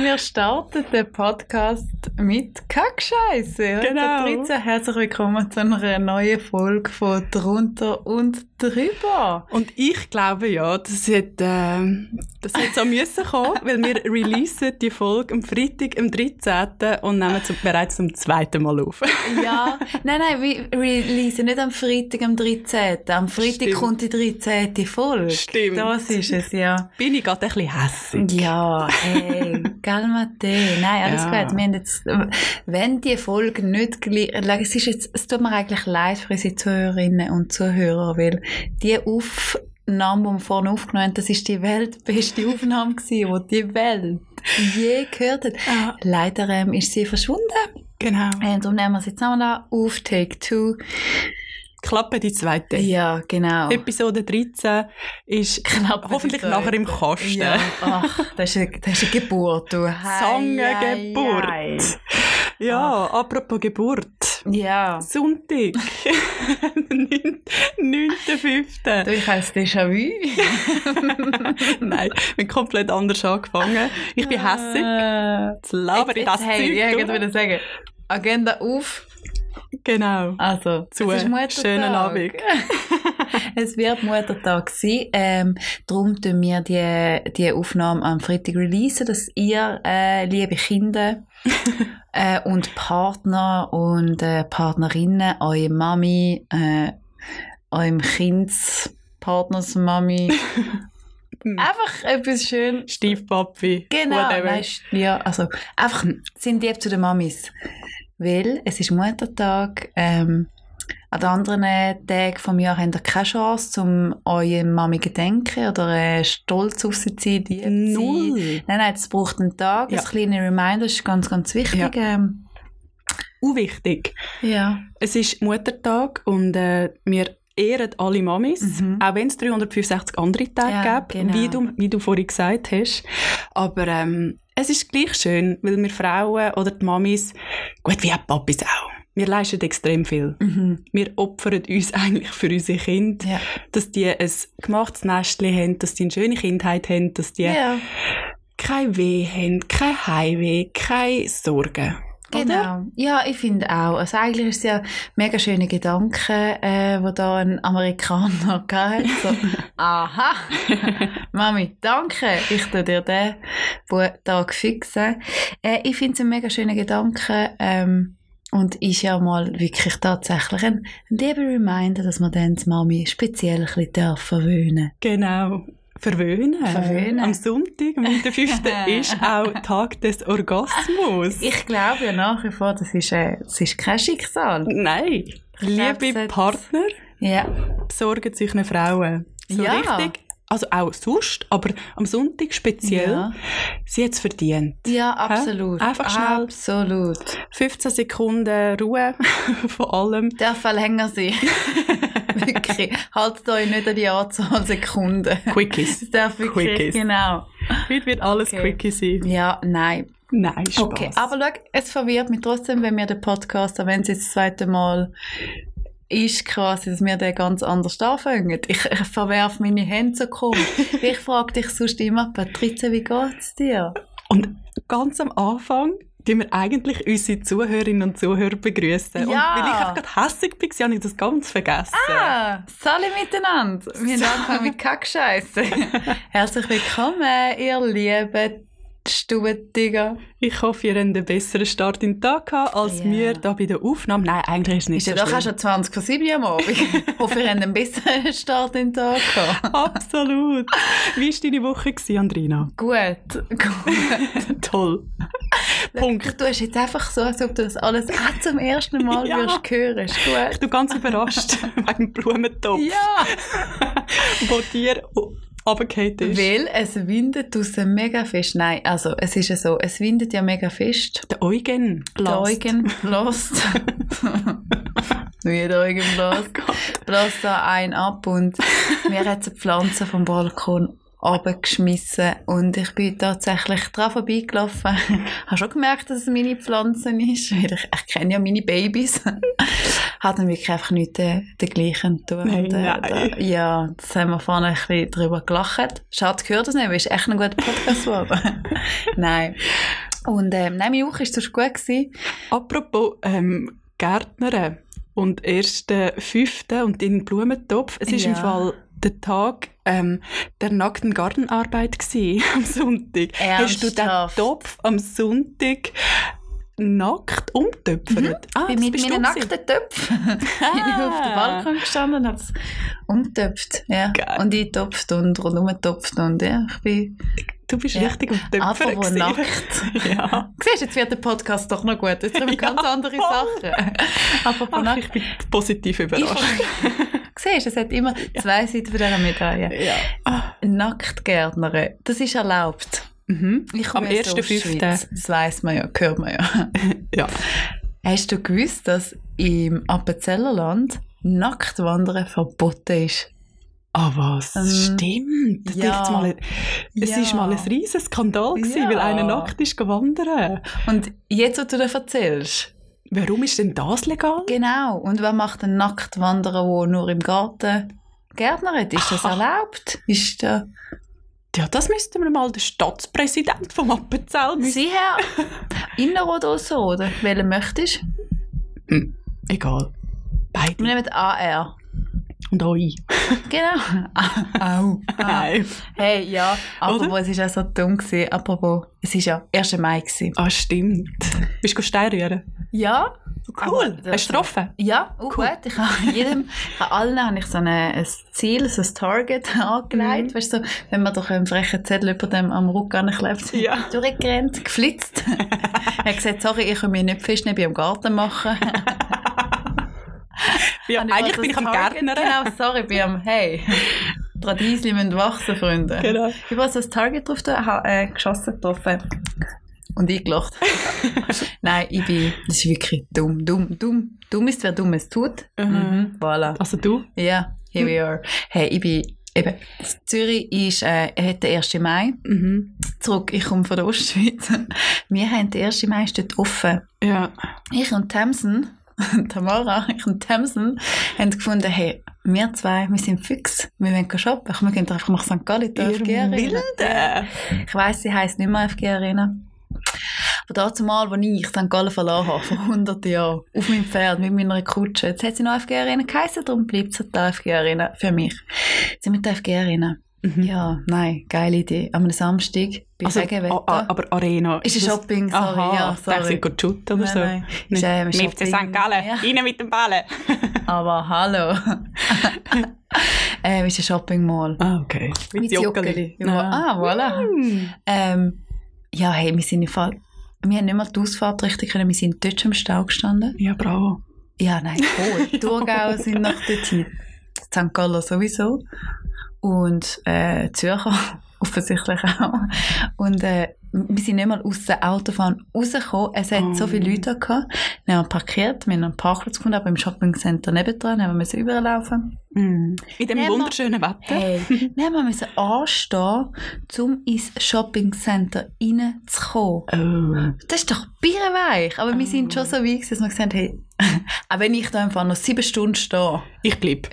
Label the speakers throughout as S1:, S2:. S1: wir starten den Podcast mit Kackscheiße.
S2: Genau.
S1: Patricia, herzlich willkommen zu einer neuen Folge von Drunter und Drüber.
S2: Und ich glaube ja, das hat, ähm, das hat so müssen kommen, weil wir releasen die Folge am Freitag, am 13. und nehmen sie bereits zum zweiten Mal auf.
S1: Ja, nein, nein, wir releasen nicht am Freitag, am 13. Am Freitag
S2: Stimmt.
S1: kommt die 13. Folge.
S2: Stimmt.
S1: Das ist es, ja.
S2: Bin ich gerade ein bisschen hässig.
S1: Ja, hey, Galmate. Nein, alles
S2: Ja.
S1: gut. Wir haben jetzt, wenn die Folge nicht gleich, es ist jetzt, es tut mir eigentlich leid für unsere Zuhörerinnen und Zuhörer, weil die Aufnahme, die wir vorhin aufgenommen haben, das ist die weltbeste Aufnahme gewesen, die die Welt je gehört hat.
S2: Ja,
S1: Leider ähm, ist sie verschwunden.
S2: Ah, genau.
S1: Und darum nehmen wir sie jetzt nochmal an. Auf Take Two.
S2: Klappe die zweite.
S1: Ja, genau.
S2: Episode 13 ist
S1: Knapp
S2: hoffentlich
S1: mit der
S2: nachher im
S1: zweiten.
S2: Kasten.
S1: Ja, ach, das ist eine, das ist eine Geburt, du. Hei,
S2: Zangengeburt.
S1: hei, hei.
S2: Ja, apropos Geburt.
S1: Ja.
S2: Sonntag, 9.5.
S1: Du, ich heiße Déjà-vu.
S2: Nein, wir haben komplett anders angefangen. Ich bin hässig.
S1: Äh,
S2: Jetzt laber ich das
S1: Ah. jetzt, hey,
S2: Zeug.
S1: Ich
S2: durch.
S1: würde wieder sagen, Agenda auf.
S2: Genau.
S1: Also,
S2: Zu.
S1: es ist Muttertag.
S2: Schönen Abend.
S1: es wird Muttertag sein. Ähm, darum tun wir die, die Aufnahme am Freitag releasen, dass ihr, äh, liebe Kinder äh, und Partner und äh, Partnerinnen, eure Mami, äh, eurem Kinds, Partners Mami,
S2: Hm.
S1: einfach etwas schön
S2: Stiefpapi.
S1: Genau,
S2: Whatever.
S1: weißt, ja, also einfach sind lieb zu den Mamis. Weil es ist Muttertag, ähm, an den anderen Tagen vom Jahr habt ihr keine Chance, um eure Mami zu denken oder äh, stolz auf sie zu sein, lieb zu sein.
S2: Null.
S1: Nein, nein, es braucht einen Tag.
S2: Ja.
S1: Ein kleiner Reminder ist ganz, ganz wichtig. Ähm,
S2: Unwichtig.
S1: ja.
S2: Es ist Muttertag und äh, wir ehren alle Mamis,
S1: Mhm.
S2: auch wenn es 365 andere Tage
S1: Ja,
S2: gibt,
S1: genau.
S2: wie, du, wie du vorhin gesagt hast. Aber ähm, es ist gleich schön, weil wir Frauen oder die Mamis, gut wie auch die Papis auch, wir leisten extrem viel.
S1: Mhm.
S2: Wir opfern uns eigentlich für unsere Kinder,
S1: Ja.
S2: dass die ein gemachtes Nestchen haben, dass die eine schöne Kindheit haben, dass die
S1: ja,
S2: kein Weh haben, kein Heimweh, keine Sorgen. Oder?
S1: genau. Ja, ich finde auch. Also eigentlich ist es ja ein mega schöner Gedanke, äh, wo da ein Amerikaner gehabt hat. So, aha, Mami, danke, ich tu dir den Bu- Tag fixen. Äh, ich finde es einen mega schönen Gedanke ähm, und ist ja mal wirklich tatsächlich ein, ein lieber Reminder, dass man dann die Mami speziell ein bisschen darf verwöhnen
S2: Genau. Verwöhnen.
S1: Verwöhnen.
S2: Am Sonntag, am 9.5. ist auch Tag des Orgasmus.
S1: Ich glaube ja nach wie vor, das ist, äh, das ist kein Schicksal.
S2: Nein.
S1: glaub, es
S2: Liebe
S1: hat-
S2: Partner,
S1: Ja.
S2: sorgen sich eine Frauen. So
S1: Ja.
S2: richtig. Also auch sonst, aber am Sonntag speziell.
S1: Ja.
S2: Sie hat es verdient.
S1: Ja, absolut.
S2: Einfach schnell.
S1: Absolut.
S2: 15 Sekunden Ruhe von allem.
S1: Darf auch länger sein. wirklich. Haltet euch nicht an die Anzahl Sekunden.
S2: Quickies.
S1: Das darf wirklich,
S2: Quickies.
S1: genau.
S2: Heute wird alles
S1: Okay.
S2: Quickie sein.
S1: Ja, nein.
S2: Nein, Spaß.
S1: Okay, aber schau, es verwirrt mich trotzdem, wenn wir den Podcast, auch wenn es jetzt das zweite Mal ist quasi, dass wir den ganz anders anfangen. Ich, ich verwerf meine Hände so komisch. ich frage dich sonst immer, Patricia, wie geht's dir?
S2: Und ganz am Anfang tun wir eigentlich unsere Zuhörerinnen und Zuhörer begrüßen. Und
S1: Ja.
S2: weil ich einfach gerade hässig war, habe ich das ganz vergessen.
S1: Ah, Sali miteinander. Wir haben angefangen mit Kackscheiße. Herzlich willkommen, ihr lieben Stubentiger.
S2: Ich hoffe, ihr habt einen besseren Start in den Tag gehabt, als
S1: Ja.
S2: wir da bei der Aufnahme. Nein, eigentlich ist es
S1: Ist
S2: nicht
S1: ja
S2: so
S1: doch auch
S2: schlimm.
S1: schon 20 vor 7 am Abend. Hoffe, ihr habt einen besseren Start in den Tag gehabt.
S2: Absolut. Wie war deine Woche, gewesen, Andrina?
S1: Gut, gut.
S2: Toll. Punkt.
S1: Du tust jetzt einfach so, als ob du das alles auch zum ersten Mal
S2: Ja.
S1: würdest hören. Ist
S2: Ich
S1: gut?
S2: bin ganz überrascht wegen dem Blumentopf,
S1: Ja!
S2: wo dir runtergefallen ist.
S1: Weil es windet draussen mega fest. Nein, also es ist ja so, es windet ja mega fest.
S2: Der Eugen.
S1: Der
S2: Blast.
S1: Eugen blast. Wie der Eugen
S2: Oh
S1: blast. blast da einen ab und mir hat eine Pflanze vom Balkon runtergeschmissen und ich bin tatsächlich dran vorbeigelaufen. habe schon gemerkt, dass es meine Pflanze ist, weil ich, ich kenne ja meine Babys. hat dann wirklich einfach nicht äh, dergleichen zu tun.
S2: Nein,
S1: Und, äh,
S2: nein.
S1: Da, ja, das haben wir vorne ein bisschen drüber gelacht. Schade gehört das nicht, weil es ist echt ein guter Podcast geworden. nein. Und ähm, nein, meine Woche war sonst gut. Gewesen.
S2: Apropos ähm, Gärtnerin und 1.5. und in den Blumentopf. Es ist
S1: Ja.
S2: im Fall der Tag ähm, der nackten Gartenarbeit gsi am Sonntag. Hast du den
S1: Ernsthaft?
S2: Topf am Sonntag nackt umtöpfert? Ah,
S1: bin
S2: das
S1: mit
S2: bist du
S1: meinen
S2: gewesen.
S1: nackten Töpfen bin ich auf dem Balkon gestanden und habe es umgetöpft. Ja.
S2: Geil.
S1: Und ich topft und rundum getopft und ja, ich bin
S2: Du bist
S1: Ja.
S2: richtig am Töpfern
S1: apropos
S2: gewesen.
S1: nackt.
S2: Ja.
S1: Siehst du, jetzt wird der Podcast doch noch gut. Jetzt haben wir
S2: Ja,
S1: ganz andere
S2: voll.
S1: Sachen. Apropos
S2: Ach,
S1: nackt.
S2: ich bin positiv überrascht.
S1: Siehst du, es hat immer zwei Seiten von dieser Medaille.
S2: Ja. Ah.
S1: Nacktgärtnerin, das ist erlaubt.
S2: Mhm.
S1: Ich
S2: Am
S1: komme ja so aus der
S2: 1.5..
S1: Schweiz. Das weiss man ja, hört man ja.
S2: Ja.
S1: Hast du gewusst, dass im Appenzellerland Nacktwandern verboten ist?
S2: Ah, was?
S1: Ähm,
S2: Stimmt.
S1: ja.
S2: Ja. Mal, es
S1: Ja.
S2: war mal ein riesen Skandal, gewesen,
S1: Ja.
S2: weil einer nackt ist gewandert.
S1: Und jetzt, was du dir erzählst?
S2: Warum ist denn das legal?
S1: Genau. Und wer macht einen Nacktwanderer, der nur im Garten gärtnert? Ist das
S2: Ah.
S1: erlaubt? Ist da...
S2: Ja, das müssten wir mal den Staatspräsident vom Appenzell müssen.
S1: Sie her? Inner oder aussen, oder? Welchen möchtest du?
S2: Egal. Beide.
S1: Wir nehmen AR.
S2: Und euch.
S1: Genau. Au. Ah.
S2: Nein.
S1: Hey, ja. Apropos, es war auch so dumm. Gewesen. Apropos, es war ja 1. Mai. Gewesen.
S2: Ah, stimmt. Bist du Stein rühren?
S1: Ja, Aber
S2: Cool.
S1: das-
S2: Hast du getroffen?
S1: Ja, oh,
S2: Cool.
S1: gut. Ich habe jedem, ich habe allen habe ich so eine, ein Ziel, so ein Target angelegt.
S2: Mhm.
S1: Weißt du, so, wenn man doch einen frechen Zettel über dem am Ruck anklebt,
S2: Ja.
S1: durchgerannt, geflitzt. er hat gesagt, sorry, ich kann mir nicht fischen, ich bin am Garten machen.
S2: Ja,
S1: Und
S2: eigentlich
S1: wollte
S2: bin ich
S1: das
S2: am
S1: Target-
S2: Gärtner.
S1: Genau, sorry, ich bin am, hey, Tradiesli müssen wachsen, Freunde.
S2: Genau.
S1: Ich habe so das Target drauf, da, habe äh, geschossen, getroffen und eingelacht. Nein, ich bin, das ist wirklich dumm, dumm, dumm. Dumm ist, wer Dummes tut.
S2: Mhm.
S1: Voilà.
S2: Also du?
S1: Ja, here we are. Hey, ich bin eben. Zürich ist, äh, hat den 1. Mai.
S2: Mhm.
S1: Zurück, ich komme von der Ostschweiz. Wir haben den 1. Mai ist dort offen.
S2: Ja.
S1: Ich und Tamsin, Tamara, ich und Tamsin haben gefunden, hey, wir zwei, wir sind fix. Wir wollen gehen shoppen. Wir gehen doch einfach nach St. Gallen, die FG Arena.
S2: Wilde.
S1: Ich weiss, sie heisst nicht mehr FG Arena. Aber dazu mal, als ich St. Gallen verlassen habe, vor 100 Jahren, auf meinem Pferd, mit meiner Kutsche, jetzt hat sie noch FG Arena geheissen, darum halt bleibt sie die FG Arena für mich. Sie mit der FG Arena.
S2: Mhm.
S1: Ja, nein, geile Idee. Am Samstag, bei
S2: Also,
S1: Regenwetter.
S2: a- a- aber Arena.
S1: ist ein
S2: das-
S1: Shopping, sorry.
S2: nou, Aha,
S1: ja,
S2: ich dachte,
S1: sorry.
S2: sie sind gut shooten oder
S1: Nein,
S2: so.
S1: nein. Ist ja im
S2: Mit FC
S1: Shopping.
S2: St. Gallen,
S1: Ja.
S2: rein mit dem Ballen.
S1: Aber hallo. ähm, ist ein Shopping Mall.
S2: Ah, okay. Mit, Joggeli.
S1: Ja. Ah, voilà.
S2: Hm.
S1: Ähm, ja, hey, wir sind im Fall. Wir haben nicht mal die Ausfahrt richtig können. Wir sind dort schon im Stau gestanden.
S2: Ja, bravo.
S1: Ja, nein, voll. Thurgau sind noch dorthin. St. Gallen sowieso. Und äh, Zürcher offensichtlich auch. Und äh, wir sind nicht mal aus dem Autofahren rausgekommen. Es hat
S2: Oh.
S1: so viele Leute gehabt. Wir haben parkiert, wir haben einen Parkplatz gefunden, aber im Shoppingcenter nebendran haben wir müssen überlaufen.
S2: In dem
S1: Nehmen wir-
S2: wunderschönen Wetter.
S1: Hey, dann haben wir müssen anstehen, um ins Shoppingcenter reinzukommen.
S2: Oh.
S1: Das ist doch birrenweich. Aber wir sind schon so weit, gewesen, dass wir gesagt haben, hey, auch wenn ich da einfach noch sieben Stunden stehe,
S2: Ich bleib.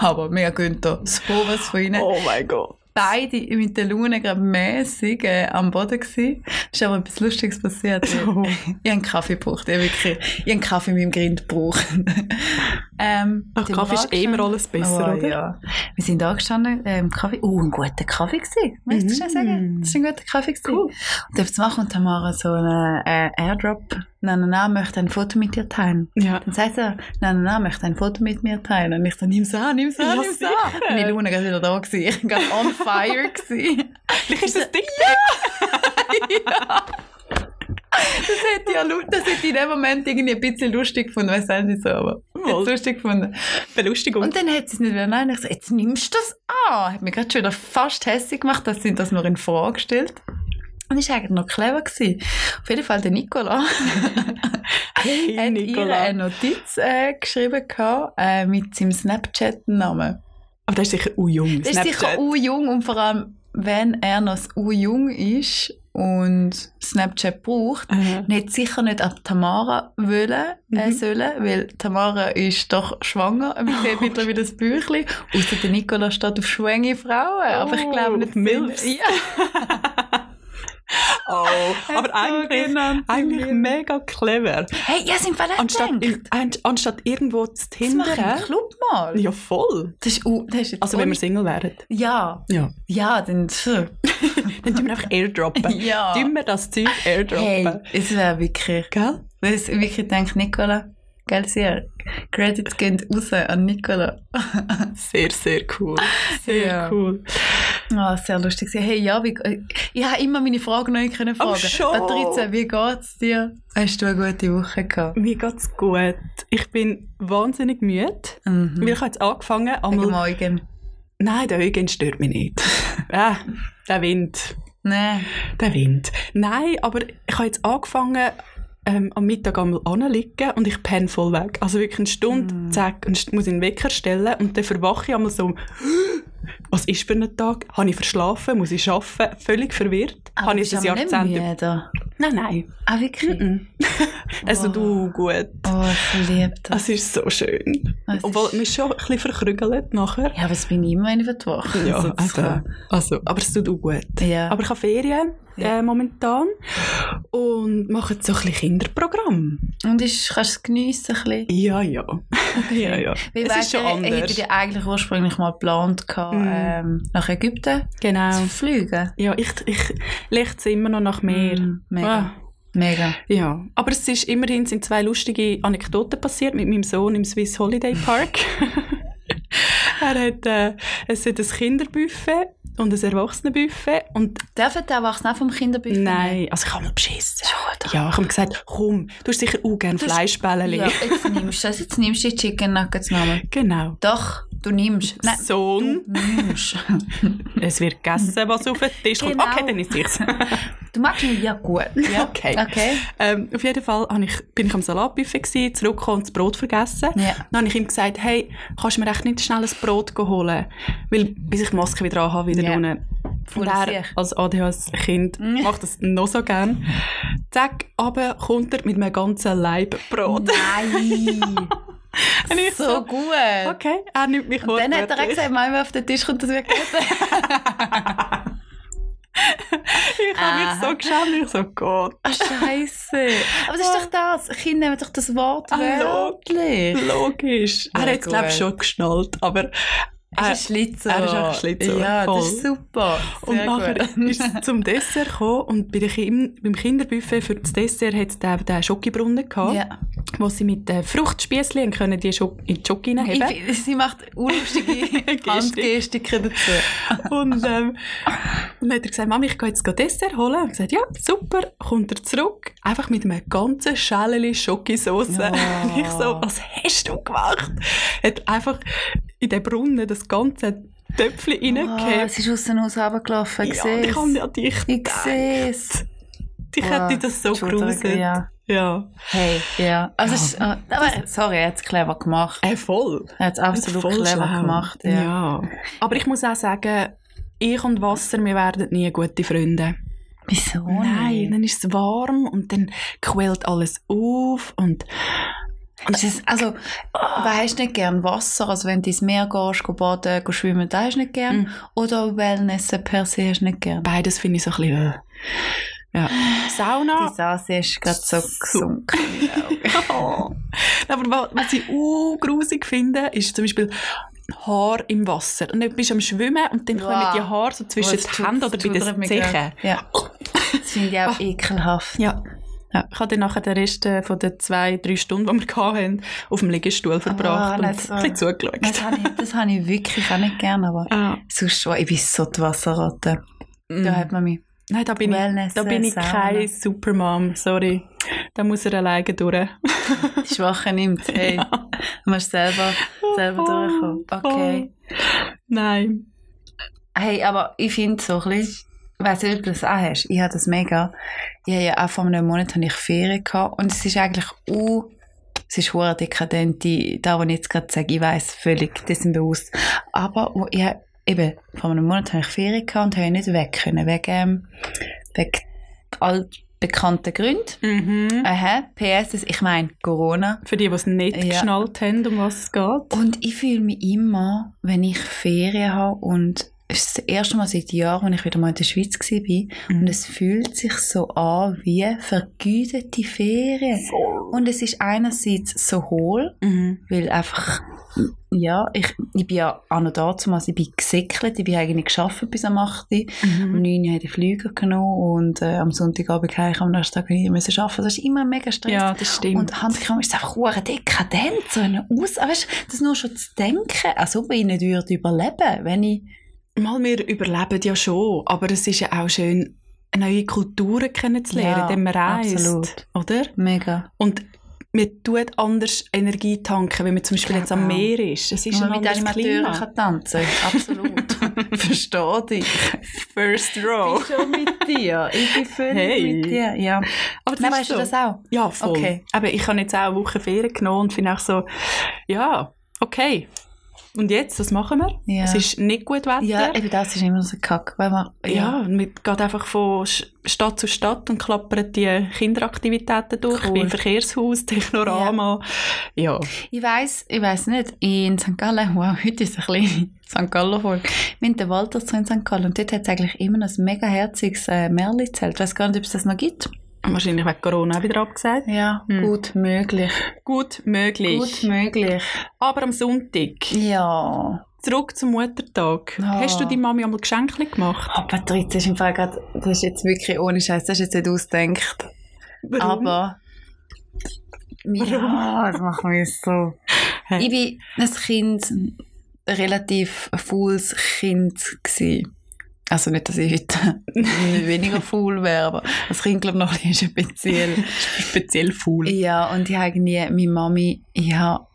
S1: aber wir gehen da sowas von ihnen.
S2: Oh mein Gott.
S1: Beide mit der Laune gerade mässig äh, am Boden gewesen. Ist aber etwas Lustiges passiert.
S2: Oh.
S1: Ich habe einen Kaffee gebraucht, ja wirklich. Ich habe einen Kaffee in meinem Grind gebraucht. ähm,
S2: Ach,
S1: sind
S2: Kaffee
S1: wir
S2: ist eh
S1: angestanden?
S2: immer alles besser,
S1: Oh,
S2: oder?
S1: Ja. Wir sind angestanden, ähm, Kaffee. Oh, ein guter Kaffee gewesen. Möchtest du schon sagen?
S2: Mm.
S1: Das war ein guter Kaffee gewesen.
S2: Cool.
S1: Und dann zu machen und Tamara so einen äh, Airdrop. Nein, nein, nein, möchte ein Foto mit dir teilen.
S2: Ja.
S1: Dann sagt er, nein, nein, nein, möchte ein Foto mit mir teilen. Und ich so, nimm's an, nimm's an,
S2: Ja,
S1: nimm's
S2: sicher.
S1: an. Meine Laune war wieder da. Gewesen. Ich war gerade on fire. Gewesen.
S2: Vielleicht ist das Ding.
S1: Das hätte, ja, lu- das hätte ich in dem Moment irgendwie ein bisschen lustig gefunden. Weißt du, nicht so, aber ich hätte es
S2: Voll.
S1: lustig gefunden.
S2: Belustigung.
S1: Und dann hat sie es nicht wieder nein. Ich so, jetzt nimmst du das an. Hat mich gerade schon wieder fast hässlich gemacht, dass sie das mir in Frage stellt. Und das war eigentlich noch clever. Gewesen. Auf jeden Fall der Nicola
S2: hey,
S1: hat ihr eine Notiz äh, geschrieben gehabt, äh, mit seinem Snapchat-Namen.
S2: Aber der ist sicher u jung.
S1: Das ist sicher
S2: Snapchat.
S1: u-jung und vor allem, wenn er noch u-jung ist und Snapchat braucht,
S2: Aha.
S1: nicht sicher nicht an Tamara wollen, äh,
S2: Mhm.
S1: sollen, weil Tamara ist doch schwanger. Man sieht mittlerweile das Büchli. Außer der Nicola steht auf schwangere Frauen. aber ich
S2: Oh,
S1: glaube nicht.
S2: auf Milfs.
S1: Ja.
S2: Oh, aber
S1: so
S2: eigentlich,
S1: genannt,
S2: eigentlich
S1: wir.
S2: mega clever.
S1: Hey, ja, sind wir nicht
S2: Anstatt,
S1: gedacht.
S2: an- anstatt irgendwo zu
S1: Das machen wir im
S2: tindern.
S1: Club mal.
S2: Ja, voll.
S1: Das ist, uh, das ist jetzt
S2: Also, wenn wir
S1: un-
S2: Single wären.
S1: Ja,
S2: Ja.
S1: ja, dann... pff,
S2: Dann tun wir einfach airdroppen.
S1: Ja.
S2: Tun wir das Zeug
S1: Hey,
S2: airdroppen.
S1: es wäre wirklich...
S2: Gell?
S1: Das wirklich denkt Nicola. Gell, sehr. Credits gehen raus an Nicola.
S2: Sehr, sehr cool. Sehr
S1: Ja.
S2: cool.
S1: Ah, sehr lustig. gewesen. Hey, ja, wie, äh, ich habe immer meine Frage neu können fragen.
S2: schon?
S1: Patricia, wie geht's dir? Hast du eine gute Woche gehabt?
S2: Mir geht's gut. Ich bin wahnsinnig müde.
S1: Mhm.
S2: Weil ich habe jetzt angefangen,
S1: Guten
S2: einmal...
S1: Morgen.
S2: Nein, der Eugen stört mich nicht. ah, der Wind.
S1: Nein.
S2: Der Wind. Nein, aber ich habe jetzt angefangen, ähm, am Mittag einmal anliegen und ich penne voll weg. Also wirklich eine Stunde,
S1: Hm.
S2: zack, und st- muss ich einen Wecker stellen und dann verwache ich einmal so, um, was ist für ein Tag? Habe ich verschlafen? Muss ich arbeiten? Völlig verwirrt.
S1: Aber
S2: habe
S1: du
S2: ich
S1: bist
S2: das
S1: aber
S2: Jahrzehnt...
S1: nicht müde.
S2: Nein, nein.
S1: Ah, wirklich?
S2: Mhm. Also
S1: Wow.
S2: du, gut.
S1: Oh, ich liebe das.
S2: Es ist so schön.
S1: Es ist-
S2: Obwohl, mich schon ein bisschen verkrügelt nachher.
S1: Ja, aber es bin ich immer, wenn ich verwache.
S2: Ja,
S1: Also, das
S2: also,
S1: kann-
S2: also, aber es tut auch gut.
S1: Ja.
S2: Aber ich habe Ferien
S1: Ja.
S2: äh, momentan und mache jetzt so ein bisschen Kinderprogramm.
S1: Und ist, kannst du es geniessen ein bisschen?
S2: Ja, ja. ja, ja.
S1: Weil
S2: es
S1: weißt
S2: ist schon
S1: du, Ich hätte
S2: anders.
S1: ja eigentlich ursprünglich mal geplant, gehabt,
S2: Mhm.
S1: ähm, nach Ägypten
S2: Genau.
S1: zu fliegen.
S2: Ja, ich, ich lechze immer noch nach mehr.
S1: Mhm, Mega.
S2: Ah,
S1: Mega.
S2: ja, aber es ist immerhin sind zwei lustige Anekdoten passiert mit meinem Sohn im Swiss Holiday Park. er hat, äh, es hat ein Kinderbuffet und ein Erwachsenenbuffet und
S1: Dürfen die Erwachsenen auch vom Kinderbuffet?
S2: Nein, also ich habe mal beschissen.
S1: Schon
S2: Ja, ich habe gesagt, komm, du hast sicher auch gerne
S1: Du hast-
S2: Fleischbällchen.
S1: Ja, jetzt nimmst du das. Jetzt nimmst du die Chicken Nuggets nochmal.
S2: Genau.
S1: Doch, du nimmst. Nein, du
S2: Sohn,
S1: nimmst.
S2: es wird gegessen, was auf den Tisch kommt.
S1: Genau.
S2: Okay, dann ist es.
S1: Du magst mich ja gut. Ja.
S2: Okay.
S1: Okay.
S2: ähm, auf jeden Fall habe ich, bin ich am Salatbuffet, gewesen, zurückgekommen und das Brot vergessen.
S1: Ja.
S2: Dann habe ich ihm gesagt, hey, kannst du mir echt nicht schnell ein Brot holen? Weil, bis ich die Maske wieder anhabe, wieder
S1: Ja.
S2: unten.
S1: Voll
S2: Und er,
S1: sicher.
S2: als ADHS-Kind,
S1: Mhm.
S2: macht das noch so gern. Zack, runter kommt er mit einem ganzen Leib Brot.
S1: Nein.
S2: Und ich
S1: so,
S2: so,
S1: gut.
S2: Okay, er nimmt mich
S1: Und dann hat er auch
S2: wortwörtlich.
S1: gesagt, Mama auf den Tisch kommt das wirklich gut.
S2: Ich habe mich so geschämt. Ich so, Gott,
S1: Scheiße. Aber das ist doch das. Kinder nehmen doch das Wort
S2: Hallo.
S1: wörtlich.
S2: logisch.
S1: Ja,
S2: er hat es, glaube ich,
S1: gut.
S2: schon geschnallt, aber...
S1: Er
S2: äh,
S1: ist Schlitzer.
S2: er ist einfach Schlitzohr,
S1: Ja,
S2: voll.
S1: das ist super. Sehr
S2: und nachher
S1: gut.
S2: ist es zum Dessert gekommen und bei der Kim, beim Kinderbuffet für das Dessert hat es den, den Schokibrunnen gehabt,
S1: Ja.
S2: wo sie mit den Fruchtspässchen haben können die Schok in die Schoki
S1: Ich, fi-
S2: hineinheben
S1: sie macht unlustige
S2: Gestik.
S1: Handgestiken dazu.
S2: und ähm, dann hat er gesagt, Mami, ich gehe jetzt go Dessert holen. Und ich gesagt, ja, super. Kommt er zurück, einfach mit einem ganzen Schäleli Schokisauce.
S1: Ja.
S2: Und ich so, was hast du gemacht? Hat einfach in den Brunnen das ganze Töpfchen
S1: Ah,
S2: reingekippt.
S1: es ist aus den Haus runtergelaufen.
S2: ja, und ich habe an dich
S1: Ich
S2: gedacht.
S1: sehe es.
S2: Ich hätte das so gruselt.
S1: Ja.
S2: Ja.
S1: Hey, ja. Also, es ist, äh,
S2: ah,
S1: aber, sorry, er hat es clever gemacht.
S2: Äh, voll.
S1: Er hat es absolut
S2: Voll
S1: clever
S2: schlau.
S1: gemacht. Ja.
S2: ja. Aber ich muss auch sagen, ich und Wasser, wir werden nie gute Freunde.
S1: Wieso
S2: Nein,
S1: nicht?
S2: dann ist es warm und dann quillt alles auf und
S1: Ist es, also, wer hast nicht gern Wasser? Also, wenn du ins Meer gehst, go baden, go schwimmen, das hast du nicht gern.
S2: Mhm.
S1: Oder Wellness per se hast du nicht gern.
S2: beides finde ich so ein bisschen... äh, Ja. Sauna...
S1: Die Sase ist gerade so gesunken.
S2: Oh. Aber wa- was ich uh, grusig finde, ist zum Beispiel Haar im Wasser. Und dann bist du am Schwimmen und dann
S1: Wow.
S2: kommen die Haare so zwischen
S1: Oh, das
S2: die Hände oder
S1: tut-
S2: bei
S1: tut
S2: den
S1: mir
S2: Zehen.
S1: gerade. Ja. Das finde ich
S2: Ah.
S1: auch ekelhaft.
S2: Ja. ja. Ich habe dann nachher den Rest äh, von den zwei, drei Stunden, die wir hatten, auf dem Liegestuhl verbracht und
S1: nein,
S2: ein
S1: Ah, so-
S2: bisschen zugeschaut.
S1: Das habe ich, das habe ich wirklich auch nicht gern, aber
S2: Ah,
S1: sonst schon, ich bin so die Wasserratte.
S2: mm.
S1: Da hat man mich.
S2: Nein, da bin ich,
S1: Wellness,
S2: da bin
S1: äh,
S2: ich
S1: Sauna.
S2: keine Supermom, sorry. Da muss er alleine durch.
S1: Die Schwache nimmt. Hey, du musst selber, selber durchkommen. Okay.
S2: Oh. Nein.
S1: Hey, aber ich finde so ein bisschen, weißt du, ob du das auch hast? Ich habe das mega. Ich habe ja auch vor einem Monat habe ich Ferien gehabt und es ist eigentlich u es ist hure dekadent, die- da, was ich jetzt gerade sage, ich weiß völlig, dessen bewusst. Aber wo ich eben, vor einem Monat habe ich Ferien gehabt und habe nicht weg können, wegen, ähm, wegen altbekannten Gründen.
S2: Mhm.
S1: Aha, PS, ich meine Corona.
S2: Für die, die es nicht
S1: Ja.
S2: geschnallt haben, um was es geht.
S1: Und ich fühle mich immer, wenn ich Ferien habe und ist das erste Mal seit Jahren, als ich wieder mal in der Schweiz war. Und es fühlt sich so an wie vergütete Ferien. Und es ist einerseits so hohl,
S2: Mhm.
S1: weil einfach, ja, ich, ich bin ja auch noch da, zumal ich bin gesickelt, ich bin eigentlich geschafft bis am 8. Uhr. Am
S2: Mhm.
S1: 9 Uhr habe ich Flüge genommen und äh, am Sonntagabend heim, am nächsten Tag wieder müssen arbeiten. Das ist immer mega Stress.
S2: Ja, das stimmt.
S1: Und Handkram ist einfach hure dekadent, so eine Aus... Weißt, das nur schon zu denken, als ob ich nicht würde überleben, wenn ich...
S2: Mal, wir überleben ja schon, aber es ist ja auch schön, neue Kulturen kennenzulernen,
S1: Ja,
S2: indem man reist.
S1: absolut.
S2: Oder?
S1: Mega.
S2: Und man tut anders Energie tanken, wenn man zum Beispiel
S1: glaub
S2: jetzt am
S1: auch.
S2: Meer ist. Es ist
S1: Wenn
S2: ein
S1: Genau. man mit
S2: anderes
S1: Animateuren
S2: Klima.
S1: kann tanzen kann. Absolut. Verstehe dich.
S2: First row.
S1: Ich bin schon mit dir. Ich bin völlig
S2: Hey.
S1: mit dir. Ja.
S2: Aber das
S1: Nein,
S2: ist
S1: weißt
S2: so.
S1: du das auch?
S2: Ja, voll.
S1: Okay.
S2: Aber ich habe jetzt auch eine Woche Ferien genommen und finde auch so, ja, okay. Und jetzt, was machen wir?
S1: Ja.
S2: Es ist nicht gut Wetter.
S1: Ja, eben das ist immer so kack. Weil man,
S2: Ja, und man geht einfach von Sch- Stadt zu Stadt und klappert die Kinderaktivitäten durch,
S1: Cool.
S2: wie Verkehrshaus, Technorama. Ja.
S1: Ich weiss, ich weiss nicht, in St. Gallen, wow, heute ist eine kleine St. Gallen-Folge. Wir haben den Walter in St. Gallen und dort hat es eigentlich immer noch ein mega herziges äh, Merli-Zelt. Ich weiss gar nicht, ob es das noch gibt.
S2: Wahrscheinlich wegen Corona auch wieder abgesagt.
S1: Ja,
S2: Hm.
S1: gut möglich.
S2: Gut möglich.
S1: Gut möglich.
S2: Aber am Sonntag,
S1: Ja.
S2: zurück zum Muttertag.
S1: Ah.
S2: Hast du deiner Mami einmal Geschenke gemacht?
S1: Oh, Patrice, das ist im Fall grad, das ist jetzt wirklich ohne Scheiß, das ist jetzt nicht ausgedacht.
S2: Warum?
S1: Aber. Mhm. Ja, das macht mich so.
S2: Hä?
S1: Ich bin ein Kind, ein relativ faules Kind gewesen. Also nicht, dass ich heute nicht weniger faul wäre, aber das Kind, glaube ich, noch ein bisschen speziell.
S2: Speziell faul.
S1: Ja, und ich habe nie, meine Mami, ich habe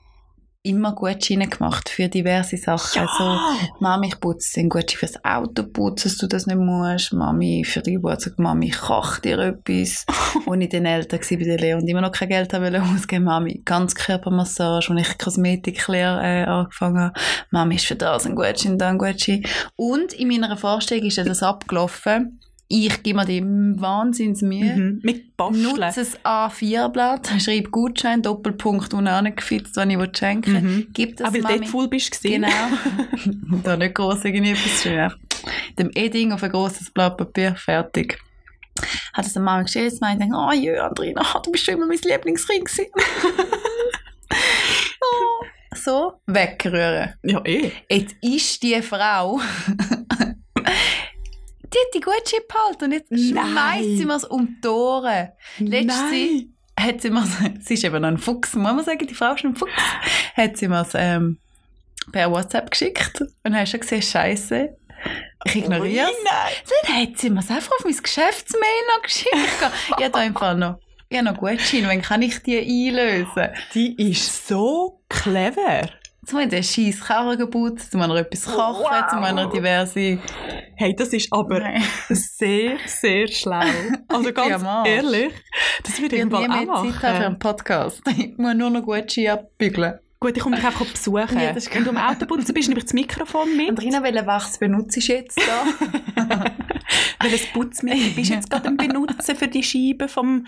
S1: immer Gutscheine gemacht für diverse Sachen. Also, Mami, ich putze den Gutschein fürs Auto putzen, dass du das nicht musst. Mami, für den Geburtstag, Mami, ich koche dir etwas. und ich den Eltern war bei der Lehre und immer noch kein Geld haben wollte ausgeben. Mami, Ganzkörpermassage, und ich Kosmetiklehre äh, angefangen habe. Mami ist für das ein Gutschein, dann ein Gutschein. Und in meiner Vorstellung ist ja das abgelaufen. Ich gebe mir die Wahnsinnsmühe.
S2: Mhm. Mit Basteln.
S1: Nutze ein A4-Blatt, schreib Gutschein, Doppelpunkt unten angefitzt, wenn ich will schenken will.
S2: Mhm.
S1: Gib das
S2: Auch weil du
S1: Mami.
S2: dort faul bist.
S1: Genau. da nicht gross irgendwie etwas schön. Dem E-Ding auf ein grosses Blatt Papier, fertig. Hat es der Mama gestellt, jetzt meinte ich, oh jö, Andrina, du bist schon immer mein Lieblingskind gewesen. oh, so, wegrühren.
S2: Ja, eh.
S1: Jetzt ist die Frau. die hat die Gutscheine behalten und jetzt
S2: Nein.
S1: schmeißt sie mir's um die Ohren. Letztes
S2: Nein.
S1: Hat sie mir's, sie ist eben noch ein Fuchs, muss man sagen, die Frau ist ein Fuchs. Hat sie mir's ähm, per WhatsApp geschickt und dann hast du schon gesehen, Scheiße. Ich ignoriere es.
S2: Nein.
S1: Dann hat sie mir's einfach auf mein Geschäftsmail noch geschickt. ich habe da im Fall noch, ich habe noch Gutscheine, wann kann ich die einlösen?
S2: Die ist so clever.
S1: Zum einen den scheiß Karren geputzt, zum anderen etwas kochen,
S2: Wow.
S1: zum anderen diverse...
S2: Hey, das ist aber
S1: Nein.
S2: sehr, sehr schlau. Also ganz
S1: am Arsch.
S2: ehrlich, das würde ich im
S1: Ich
S2: Fall
S1: werde
S2: auch
S1: nie mehr
S2: machen.
S1: Zeit haben für einen Podcast. Ich muss nur noch Gucci abbügeln.
S2: Gut, ich komme dich einfach besuchen.
S1: Ja, das ist
S2: Wenn du am Autoputzen bist, nehme ich das Mikrofon mit.
S1: Andrina, welchen Wachs benutzt du jetzt da?
S2: Welches Putzmittel bist du jetzt gerade am Benutzen für die Scheibe vom,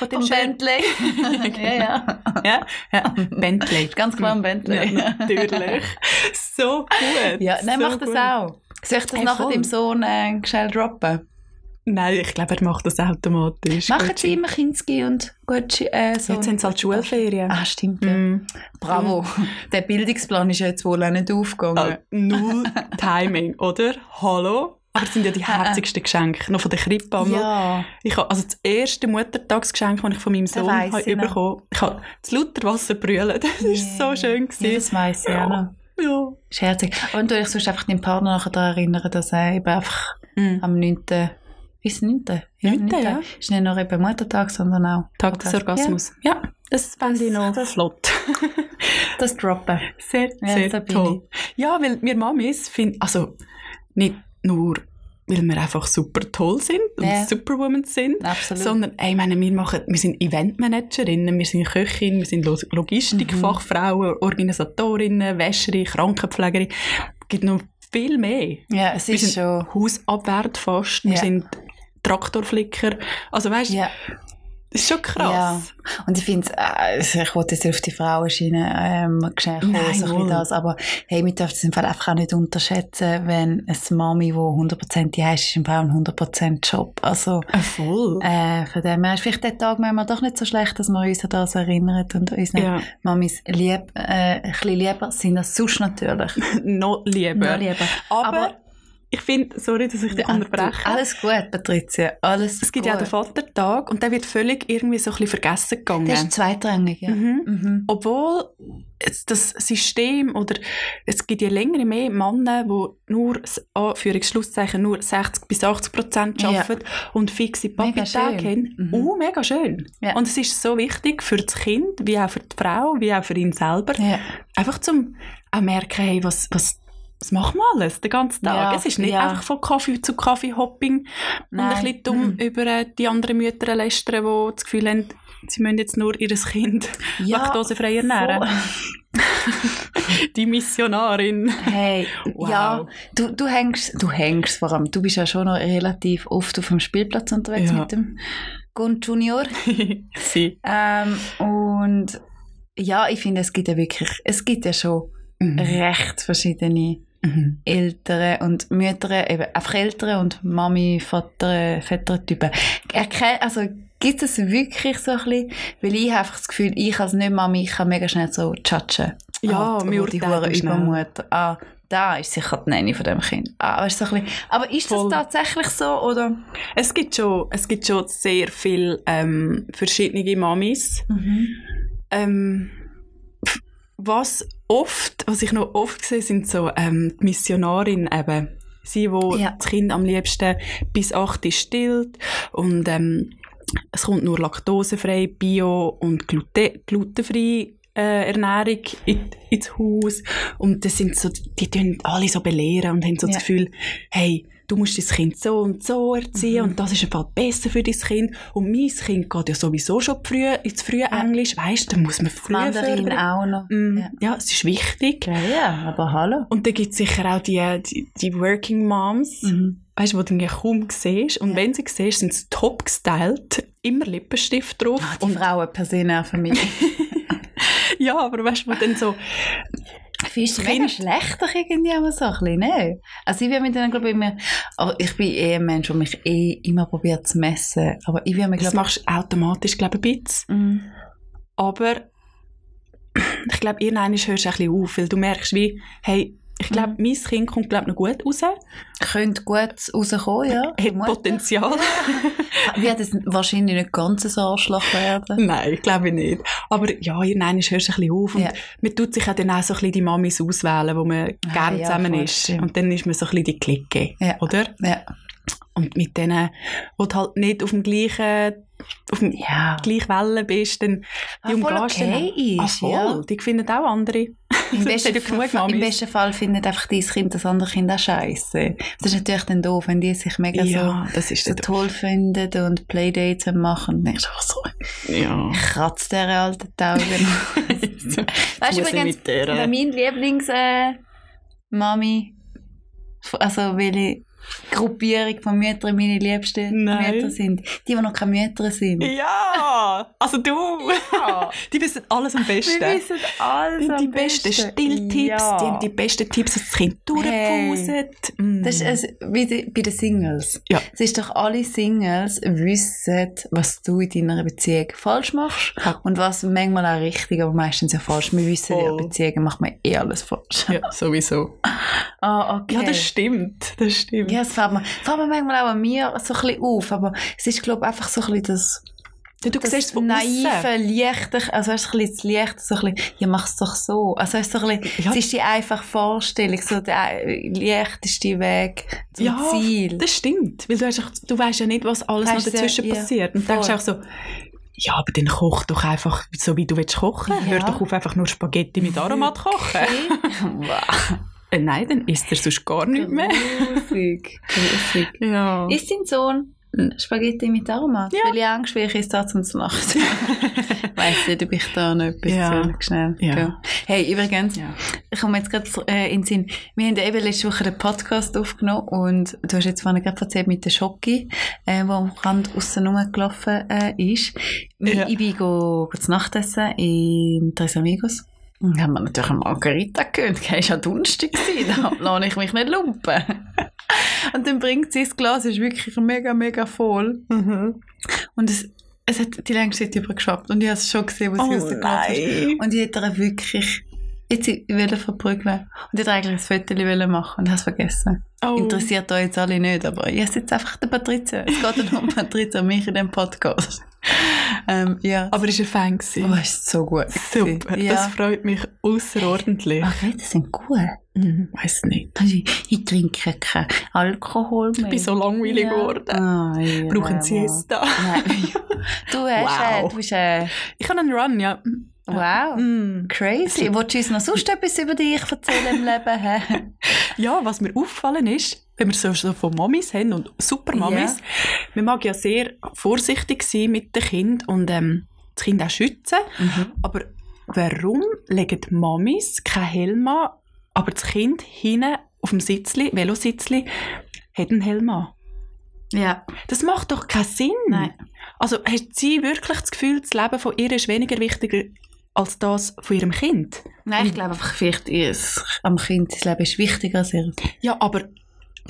S2: von dem
S1: Vom
S2: schönen-
S1: Bentley. ja, ja.
S2: Ja? ja. Bentley.
S1: Ganz klar ein Bentley.
S2: Ja, natürlich. So gut.
S1: Ja, nein,
S2: so
S1: mach das
S2: gut.
S1: auch. Soll ich das
S2: Hey,
S1: nachher
S2: voll.
S1: dem Sohn äh, schnell droppen?
S2: Nein, ich glaube, er macht das automatisch.
S1: Machen
S2: Gut,
S1: Sie immer Kinski und Gucci äh, Sohn.
S2: Jetzt sind es halt Schulferien.
S1: Ah, stimmt. Ja.
S2: Mm.
S1: Bravo. Der Bildungsplan ist ja jetzt wohl auch nicht aufgegangen.
S2: Also, Ah, null Timing, oder? Hallo? Aber es sind ja die herzigsten Geschenke, noch von der Krippe. einmal.
S1: Ah, Ja.
S2: Ich habe, also das erste Muttertagsgeschenk, das ich von meinem Sohn
S1: weiss
S2: habe
S1: ich noch.
S2: bekommen habe, ich habe das Lauterwasser brüllen. Das war so schön.
S1: Ja,
S2: Gewesen.
S1: das weiss ich auch noch.
S2: Ja.
S1: Scherzig. Aber dann tue ich sonst einfach deinen Partner nachher daran erinnern, dass er eben einfach
S2: Mhm.
S1: am 9. Ist es 9.
S2: Neunten, ja.
S1: Ist nicht nur eben Muttertag, sondern auch
S2: Tag des Orgasmus. Ja, das fände ich noch flott.
S1: Ja, das Droppen.
S2: Sehr,
S1: Ja,
S2: sehr
S1: da bin
S2: toll. Ja, weil wir Mamis finden, also nicht nur, weil wir einfach super toll sind und
S1: Ja.
S2: Superwomen sind,
S1: Absolut.
S2: Sondern, ey, ich meine, wir, machen, wir sind Eventmanagerinnen, wir sind Köchin, wir sind Lo-
S1: Mhm.
S2: Logistikfachfrauen, Organisatorinnen, Wäscherin, Krankenpflegerin. Es gibt noch viel mehr.
S1: ja, es
S2: Wir
S1: ist
S2: sind
S1: schon.
S2: Hausabwärts fast, wir
S1: Ja.
S2: sind Traktorflicker. Also weißt du,
S1: Ja,
S2: Das ist schon krass.
S1: Und ich finde, äh, ich wollte jetzt auf die Frauenschiene ähm, schnell kommen,
S2: Nein,
S1: so ein bisschen
S2: null.
S1: das, aber hey, wir dürfen es im Fall einfach auch nicht unterschätzen, wenn eine Mami, die 100% die heisst, ist im Fall ein 100% Job. Also
S2: Äh, voll.
S1: äh, von dem her ist vielleicht der Tag manchmal doch nicht so schlecht, dass wir uns an das erinnern und unseren
S2: Ja.
S1: Mamis lieb, äh, ein bisschen lieber sind als sonst natürlich.
S2: Noch lieber.
S1: Noch lieber.
S2: Aber,
S1: Aber-
S2: ich finde, sorry, dass ich dich unterbreche.
S1: Alles gut, Patricia, alles
S2: es gibt
S1: gut.
S2: ja den Vatertag und der wird völlig irgendwie so ein bisschen vergessen gegangen.
S1: Das ist zweitrangig, ja.
S2: mhm.
S1: Mhm.
S2: Obwohl es- das System oder es gibt ja länger mehr Männer, die nur, s- Anführungsschlusszeichen, nur 60 bis 80 Prozent
S1: Ja.
S2: arbeiten und fixe Papitage
S1: schön.
S2: haben.
S1: Mhm.
S2: Oh, mega schön.
S1: Ja.
S2: Und es ist so wichtig für das Kind, wie auch für die Frau, wie auch für ihn selber,
S1: Ja.
S2: einfach zum auch merken, hey, was, was, was machen wir alles den ganzen Tag?
S1: Ja,
S2: Es ist nicht
S1: ja.
S2: einfach von Kaffee zu Kaffee hopping und
S1: Nein.
S2: ein bisschen dumm
S1: Mhm.
S2: über äh, die anderen Mütter lästern, die das Gefühl haben, sie müssen jetzt nur ihr Kind
S1: Ja,
S2: laktosefrei ernähren.
S1: voll.
S2: Die Missionarin.
S1: Hey,
S2: Wow.
S1: ja, du, du hängst, du hängst vor allem, du bist ja schon noch relativ oft auf dem Spielplatz unterwegs
S2: Ja.
S1: mit dem Gund Junior.
S2: sie.
S1: Ähm, und ja, ich finde, es gibt ja wirklich, es gibt ja schon recht verschiedene
S2: Äh, Mhm.
S1: Eltern und Mütter, eben einfach Eltern und Mami, Vater, Vätertypen. Erke- Also gibt es wirklich so ein bisschen, weil ich habe einfach das Gefühl, ich als nicht Mami, ich kann mega schnell so judgen.
S2: Ja,
S1: ah,
S2: wir
S1: die
S2: urteilen
S1: Hure
S2: schnell.
S1: Übermut. Ah, da ist sicher die Nanny von dem Kind. Ah, weißt, du, so ein bisschen. Aber ist
S2: Voll.
S1: das tatsächlich so oder?
S2: Es gibt schon, es gibt schon sehr viele ähm, verschiedene Mamis.
S1: Mhm.
S2: Ähm, pf- was oft, was ich noch oft sehe, sind so ähm, die Missionarin eben. Sie, wo
S1: Ja.
S2: das Kind am liebsten bis 8 Uhr stillt und ähm, es kommt nur laktosefrei, bio und glute glutenfrei äh, Ernährung in, ins Haus und das sind so, die tun alle so belehren und haben so
S1: Ja.
S2: das Gefühl, hey, du musst dein Kind so und so
S1: Mhm.
S2: erziehen und das ist einfach besser für dein Kind und mein Kind geht ja sowieso schon früh ins frühe Englisch, weißt, dann muss man früh
S1: Mandarin
S2: fördern.
S1: auch noch.
S2: Mm,
S1: Ja.
S2: ja. es ist wichtig.
S1: Ja, ja, aber hallo.
S2: Und dann gibt es sicher auch die, die, die Working Moms, weißt, die du dann kaum siehst. Und
S1: Mhm. Ja.
S2: wenn sie siehst, sind sie top gestylt, immer Lippenstift drauf.
S1: Ah, die
S2: und,
S1: Frauen per se nerven mich.
S2: ja, aber weißt du, wo dann so,
S1: Findest du
S2: Kind-
S1: mega schlechter irgendwie aber so ein bisschen, ne? Also ich bin mit denen, glaube ich, immer, aber ich bin eh ein Mensch, der mich eh immer probiert zu messen. Aber ich bin mir,
S2: das
S1: glaube
S2: machst du automatisch, glaube ich, ein bisschen.
S1: ich,
S2: Aber ich glaube, irgendwann hörst du ein bisschen auf, weil du merkst, wie, hey, ich glaube,
S1: Mhm.
S2: mein Kind kommt glaub, noch gut raus,
S1: könnte gut rauskommen, ja.
S2: hat
S1: Vermutlich.
S2: Potenzial.
S1: Wird es wahrscheinlich nicht ganz ein Arschloch werden.
S2: Nein, glaube ich nicht. Aber ja, irgendwann hörst du ein bisschen auf und
S1: Ja.
S2: man tut sich ja dann auch so ein bisschen die Mamis auswählen, wo man
S1: Ah,
S2: gerne
S1: ja,
S2: zusammen
S1: voll,
S2: ist.
S1: stimmt.
S2: Und dann ist man so ein bisschen die Clique,
S1: Ja.
S2: oder?
S1: Ja.
S2: Und mit denen, wo du halt nicht auf dem gleichen, auf dem
S1: Ja.
S2: gleichen Welle bist, dann
S1: Ah, voll okay
S2: dann. Ah,
S1: ist,
S2: voll,
S1: ja.
S2: die finden auch andere.
S1: Im
S2: Es hat
S1: besten,
S2: ja genug
S1: Fall, Im
S2: Mamis.
S1: besten Fall findet einfach dein Kind das andere Kind auch scheiße. Das ist natürlich dann doof, wenn die sich mega
S2: Ja, Also, das ist
S1: so, so
S2: der
S1: toll finden und Playdates machen. Und denkst, ach so,
S2: Ja.
S1: kratzt der alte Taugen. weißt du
S2: Muss ich
S1: übrigens,
S2: mit der-
S1: wer mein Lieblings äh, Mami, also welche Gruppierung von Müttern meine liebsten
S2: Nein.
S1: Mütter sind? Die, die noch keine Mütter sind.
S2: Ja! Also du!
S1: Ja.
S2: Die wissen alles am besten.
S1: Wir wissen alles
S2: Die haben die
S1: am
S2: besten Stilltipps,
S1: Ja.
S2: die haben die besten Tipps, dass das Kind
S1: Hey.
S2: durchpauset. Mm.
S1: Das ist also wie die, bei den Singles.
S2: Ja.
S1: Es ist doch, alle Singles wissen, was du in deiner Beziehung falsch machst
S2: Ja.
S1: und was manchmal auch richtig, aber meistens ja falsch. Wir wissen ja,
S2: Voll.
S1: Beziehungen macht man eh alles falsch.
S2: ja, sowieso.
S1: Ah, okay.
S2: Ja, das stimmt. Das stimmt.
S1: Ja, das fällt mir, fällt mir manchmal auch an mir so ein bisschen auf, aber es ist, glaube ich, einfach so ein bisschen das,
S2: Du, du
S1: das
S2: siehst es von aussen.
S1: naive, leichte, also weißt, du, ein bisschen das Leichte, so ein bisschen, ja, mach es doch so. Also weißt, du, so ein bisschen,
S2: Ja.
S1: es ist die einfache Vorstellung, so der äh, leichteste Weg zum
S2: Ja,
S1: Ziel.
S2: Das stimmt. Weil du, hast, auch- du weißt ja nicht, was alles
S1: Weisst
S2: noch
S1: du,
S2: dazwischen
S1: ja,
S2: passiert. Und
S1: voll.
S2: denkst auch so, ja, aber dann koch doch einfach so, wie du willst kochen.
S1: Ja.
S2: Hör doch auf, einfach nur Spaghetti mit Aromat kochen.
S1: wow.
S2: Äh, nein, dann isst er sonst gar nichts mehr.
S1: Grusig, grusig.
S2: Genau. Ja.
S1: Ist dein Sohn Spaghetti mit Aromat.
S2: Ja.
S1: Weil ich Angst habe, ich esse das zum Nacht. Weiss nicht, ob ich da noch etwas
S2: Ja.
S1: zu schnell.
S2: Ja.
S1: gell? Hey, übrigens,
S2: Ja.
S1: ich komme jetzt gerade äh, in den Sinn. Wir haben eben letzte Woche den Podcast aufgenommen und du hast jetzt vorhin gerade erzählt mit der Schocke, äh, die am Rand aussen rumgelaufen äh, ist.
S2: Ja.
S1: Ich, ich bin go, go zu Nacht essen in Tres Amigos. Und haben wir natürlich eine Margarita gegönnt. gell? Ist ja dunstig gewesen. Da lasse ich mich nicht lumpen. Und dann bringt sie das Glas, ist wirklich mega, mega voll.
S2: Mhm.
S1: Und es, es hat die längste Zeit übergeschwappt. Und ich habe es schon gesehen, wo sie
S2: Oh
S1: aus der Glas ist. Und ich hätte ihr wirklich jetzt ich wollte verprügeln. Und ich hätte eigentlich ein Foto wollen machen und habe es vergessen.
S2: Oh.
S1: Interessiert euch jetzt alle nicht, aber ich esse jetzt einfach den Patrizia. Es geht ja nur um Patrizia und mich in dem Podcast. Ähm, ja.
S2: Aber es war ein Fan. gewesen.
S1: Aber es ist so gut. gewesen.
S2: Super, das
S1: Ja.
S2: freut mich außerordentlich.
S1: Ach, Reden sind gut.
S2: Mhm. Weiß nicht.
S1: Also ich, ich trinke keinen Alkohol mehr.
S2: Ich bin so langweilig
S1: Ja.
S2: geworden.
S1: Ah, ja,
S2: Brauchen Sie
S1: ja.
S2: es da?
S1: Nein. Du, hast,
S2: Wow.
S1: äh, du bist äh,
S2: Ich habe einen Run, ja.
S1: wow.
S2: Mm.
S1: Crazy. Wolltest du uns noch sonst etwas über dich erzählen im Leben? hä?
S2: Ja, was mir auffallen ist, wenn wir so, so von Mamis haben und super Mamis, man mag ja sehr vorsichtig sein mit den Kindern und ähm, das Kind auch schützen. Aber warum legen die Mamis keinen Helm an, aber das Kind hinten auf dem Sitzli, Velositzli, hat einen Helm an?
S1: Ja.
S2: Das macht doch keinen Sinn.
S1: Nein.
S2: Also hat sie wirklich das Gefühl, das Leben von ihr ist weniger wichtiger als das von ihrem Kind?
S1: Nein, ich glaube einfach, vielleicht ist am Kind das Leben ist wichtiger als ihr.
S2: Ja, aber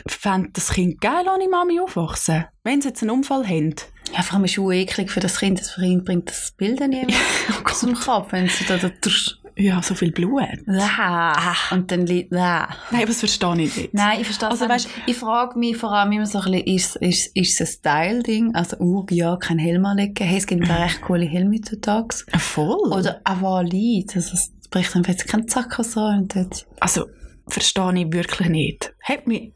S2: fände das Kind geil an, die Mami aufwachsen? Wenn sie jetzt einen Unfall haben.
S1: Ja, vor allem ist es auch eklig für das Kind. Das Kind bringt das Bild an jemanden aus dem Kopf, wenn sie da... da trsch-
S2: Ja, so viel Blut.
S1: Ah. Und dann liegt... Ah.
S2: Nein, aber das verstehe ich nicht.
S1: Nein, ich verstehe
S2: Also,
S1: es nicht. Ich frage mich vor allem immer so ein bisschen, ist, ist, ist es ein Style-Ding? Also, uh, ja, kein Helm anlegen. Hey, es gibt ein paar recht coole Helme heutzutage.
S2: Voll.
S1: Oder Avalit. Also, es bricht einfach jetzt kein Zacker so. Und dort.
S2: Also, verstehe ich wirklich nicht. Hat mich,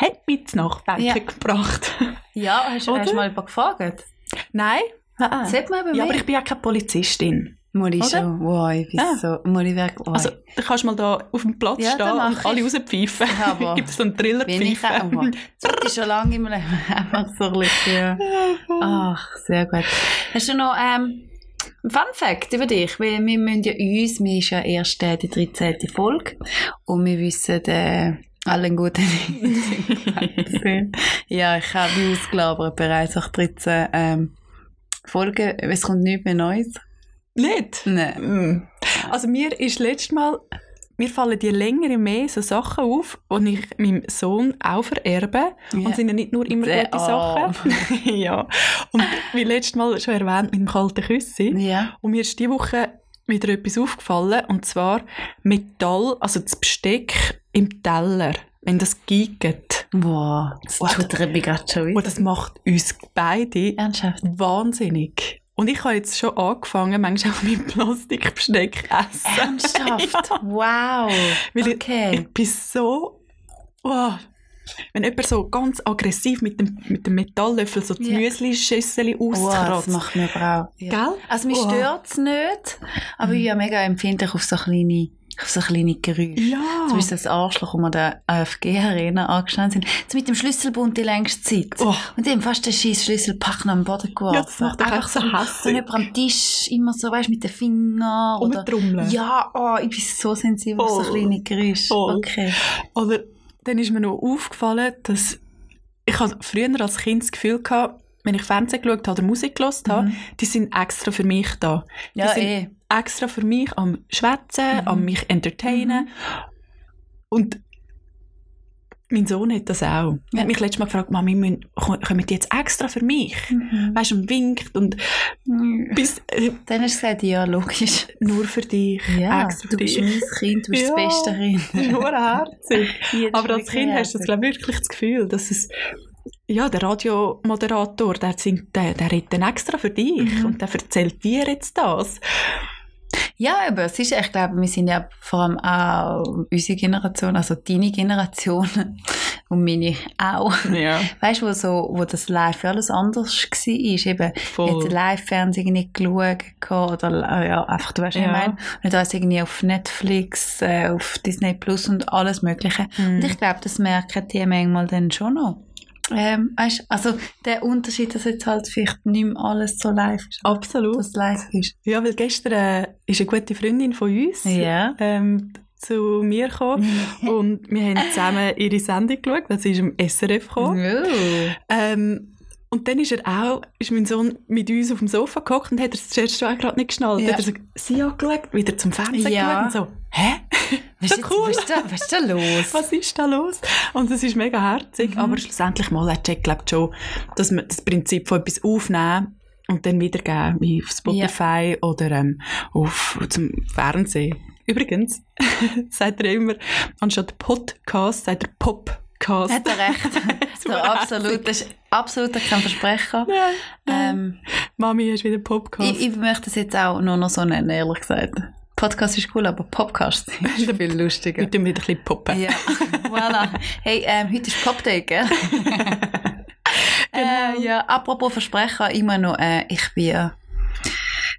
S2: hat mich zu Nachdenken
S1: Ja.
S2: gebracht.
S1: Ja, hast
S2: Oder?
S1: du mal jemanden gefragt?
S2: Nein?
S1: Ah. Sieht man eben
S2: Ja, aber ich bin ja keine Polizistin.
S1: Mal ich
S2: Oder?
S1: schon. Wow, ich bin
S2: Ah.
S1: so... Mal ich wirklich... Wow.
S2: Also, du kannst mal da auf dem Platz
S1: Ja,
S2: stehen
S1: dann mach
S2: und alle
S1: ich.
S2: rauspfeifen.
S1: Ja, aber-
S2: Gibt es so einen Thriller
S1: bin ich auch... Wow. Das ist schon lange im Leben. Einfach so ein bisschen... ja. Ach, sehr gut. Hast du noch ähm, einen Fun Fact über dich? Weil wir müssen ja uns, wir ist ja erst äh, die 13. Folge und wir wissen äh, allen guten Sinn. Ja, ich habe die ausgelabert bereits nach 13 ähm, Folgen. Es kommt nichts mehr Neues.
S2: Nicht?
S1: Nein.
S2: Mm. Also mir ist letztes Mal, mir fallen die länger mehr so Sachen auf, die ich meinem Sohn auch vererbe.
S1: Ja.
S2: Und sind ja nicht nur immer
S1: Der
S2: gute Sachen. ja. Und wie letztes Mal schon erwähnt, mit dem kalten Küssi.
S1: Ja.
S2: Und mir ist diese Woche wieder etwas aufgefallen, und zwar Metall, also das Besteck im Teller, wenn das geigt.
S1: Wow, das
S2: Wow.
S1: tut er eben gerade schon
S2: Und
S1: wieder.
S2: das macht uns beide
S1: Ernsthaft?
S2: wahnsinnig. Und ich habe jetzt schon angefangen, manchmal auch mit Plastikbesteck zu essen.
S1: Ernsthaft? Wow.
S2: Weil ich-
S1: Okay.
S2: Ich bin so. Oh, wenn jemand so ganz aggressiv mit dem, mit dem Metalllöffel so das
S1: Ja.
S2: Müsli-Schüsseli
S1: Wow, das
S2: auskratzt.
S1: macht mir Brau. Ja.
S2: Gell?
S1: Also mich
S2: Oh. Mhm.
S1: stört es nicht, aber ich bin ja mega empfindlich auf so kleine, auf so kleine Geräusche.
S2: Ja.
S1: Zum Beispiel das Arschloch, wo wir der AFG-Arena angestanden sind. Jetzt mit dem Schlüsselbund die längste Zeit.
S2: Oh.
S1: Und dem fast den scheiß Schlüsselpacken am Boden geworfen.
S2: Ja, das macht doch
S1: Einfach
S2: echt so
S1: Und
S2: hässlich.
S1: jemand am Tisch immer so, weißt mit den Fingern. oder
S2: Umtrommeln.
S1: Ja, oh, ich bin so sensibel auf so
S2: Voll.
S1: kleine Geräusche.
S2: Voll.
S1: Okay.
S2: Oder dann ist mir noch aufgefallen, dass ich hatte früher als Kind das Gefühl gehabt, wenn ich Fernsehen geschaut habe oder Musik gehört habe,
S1: Mhm.
S2: die sind extra für mich da. Die
S1: Ja,
S2: sind
S1: eh.
S2: extra für mich am Schwätzen,
S1: Mhm.
S2: am mich entertainen. Und mein Sohn hat das auch. Er
S1: Ja.
S2: hat mich letztes Mal gefragt, Mami, müssen, ko- kommen die jetzt extra für mich?
S1: Mhm.
S2: Weißt du, und winkt und bis äh,
S1: Dann hast du gesagt, ja, logisch.
S2: nur für dich,
S1: Ja,
S2: extra
S1: du
S2: für
S1: bist
S2: dich.
S1: mein Kind, du bist
S2: Ja.
S1: das beste Kind.
S2: Nur herzig.
S1: Jedes
S2: Aber als Kind hast du das,
S1: Verkehr.
S2: glaub, ich, wirklich das Gefühl, dass es ja, der Radiomoderator, der, singt, der, der redet dann extra für dich
S1: Mhm.
S2: und der erzählt dir jetzt das.
S1: Ja, aber es ist, ich glaube, wir sind ja vor allem auch unsere Generation, also deine Generation und meine auch.
S2: Ja,
S1: Weißt du, wo, so, wo das Live ja alles anders war? Eben,
S2: voll.
S1: hat Live-Fernsehen nicht geschaut gehabt oder äh, ja, einfach, du weißt, was
S2: Ja.
S1: ich meine. Und da ist irgendwie auf Netflix, äh,
S2: Mhm.
S1: auf Disney Plus und alles Mögliche. Und ich glaube, das merken die manchmal dann schon noch. Ähm, weißt, also der Unterschied, dass jetzt halt vielleicht nicht mehr alles so live ist,
S2: Absolut.
S1: was live ist.
S2: Ja, weil gestern äh, ist eine gute Freundin von uns
S1: Ja.
S2: ähm, zu mir gekommen und wir haben zusammen ihre Sendung geschaut, weil sie ist im SRF gekommen.
S1: Oh.
S2: Ähm, und dann ist er auch, ist mein Sohn mit uns auf dem Sofa gehockt und hat er es zuerst schon auch gerade nicht geschnallt.
S1: Ja.
S2: Hat er so, sie angeschaut, wieder zum Fernsehen
S1: Ja.
S2: geschaut und so, hä?
S1: Was,
S2: So
S1: ist jetzt,
S2: cool.
S1: was, ist da, was ist da los?
S2: Was ist da los? Und es ist mega herzig, aber schlussendlich mal hat Jack glaubt schon, dass man das Prinzip von etwas aufnehmen und dann wiedergeben, wie auf Spotify oder ähm, auf, zum Fernsehen. Übrigens, sagt er immer, anstatt Podcast, sagt er Popcast.
S1: Hat er recht.
S2: Super
S1: der absolut, das ist absolut kein Versprecher.
S2: Nein, nein.
S1: Ähm,
S2: Mami, hast du wieder Popcast?
S1: ich, ich möchte es jetzt auch nur noch so nennen, ehrlich gesagt. Podcast ist cool, aber Podcast ist viel lustiger.
S2: Mit dem wieder ein bisschen poppen.
S1: Ja, voilà. Hey, ähm, heute ist Poptag, gell? genau. Äh, ja, apropos Versprecher, immer noch, äh, ich bin äh,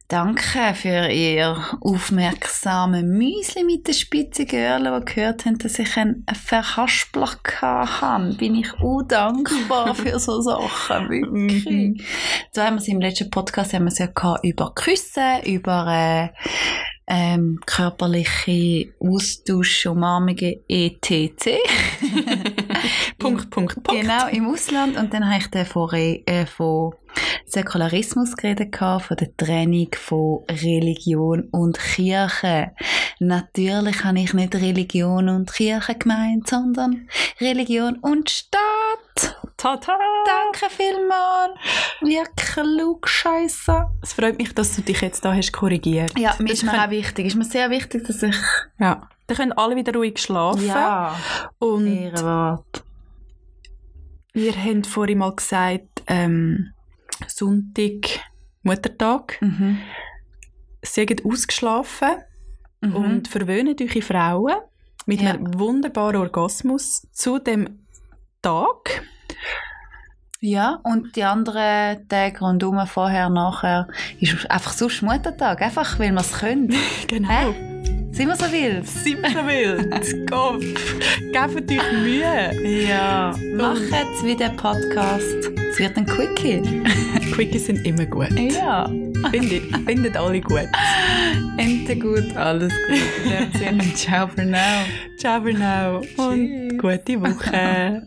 S1: Danke für Ihr aufmerksame Müsli mit den spitzen Görlen, die gehört haben, dass ich einen einen Verhaspler hatte. Bin ich undankbar für so Sachen,
S2: Mhm.
S1: wirklich. So haben wir es im letzten Podcast haben wir es ja gehabt, über Küssen, über äh, ähm, körperliche Austausch, Umarmungen, etc.
S2: Punkt, Punkt, Punkt.
S1: Genau, im Ausland. Und dann habe ich dann von, Re äh, von Säkularismus geredet, gehabt, von der Trennung von Religion und Kirche. Natürlich habe ich nicht Religion und Kirche gemeint, sondern Religion und Staat.
S2: Tata!
S1: Danke vielmals. Wir klugscheisser.
S2: Es freut mich, dass du dich jetzt da hast korrigiert.
S1: Ja, mir
S2: Das
S1: ist mir
S2: können-
S1: auch wichtig. Ist mir sehr wichtig, dass ich...
S2: Ja. Dann können alle wieder ruhig schlafen. Und
S1: Ehrenwort.
S2: wir haben vorhin mal gesagt, ähm, Sonntag, Muttertag,
S1: Mhm.
S2: seid ausgeschlafen
S1: Mhm.
S2: und verwöhnt eure Frauen mit
S1: Ja.
S2: einem wunderbaren Orgasmus zu dem Tag.
S1: Ja, und die anderen Tage rundum, vorher, nachher, ist einfach sonst Muttertag. Einfach, weil wir es können.
S2: Genau.
S1: Sind wir so wild?
S2: Sind wir wild? Kopf. Gebt euch Mühe.
S1: Ja. Macht's wie der Podcast. Es wird ein Quickie.
S2: Quickies sind immer gut.
S1: Ja.
S2: Findet, findet alle gut.
S1: Ente gut, alles gut. In dem Sinne, ciao for now.
S2: Ciao for now und gute Woche.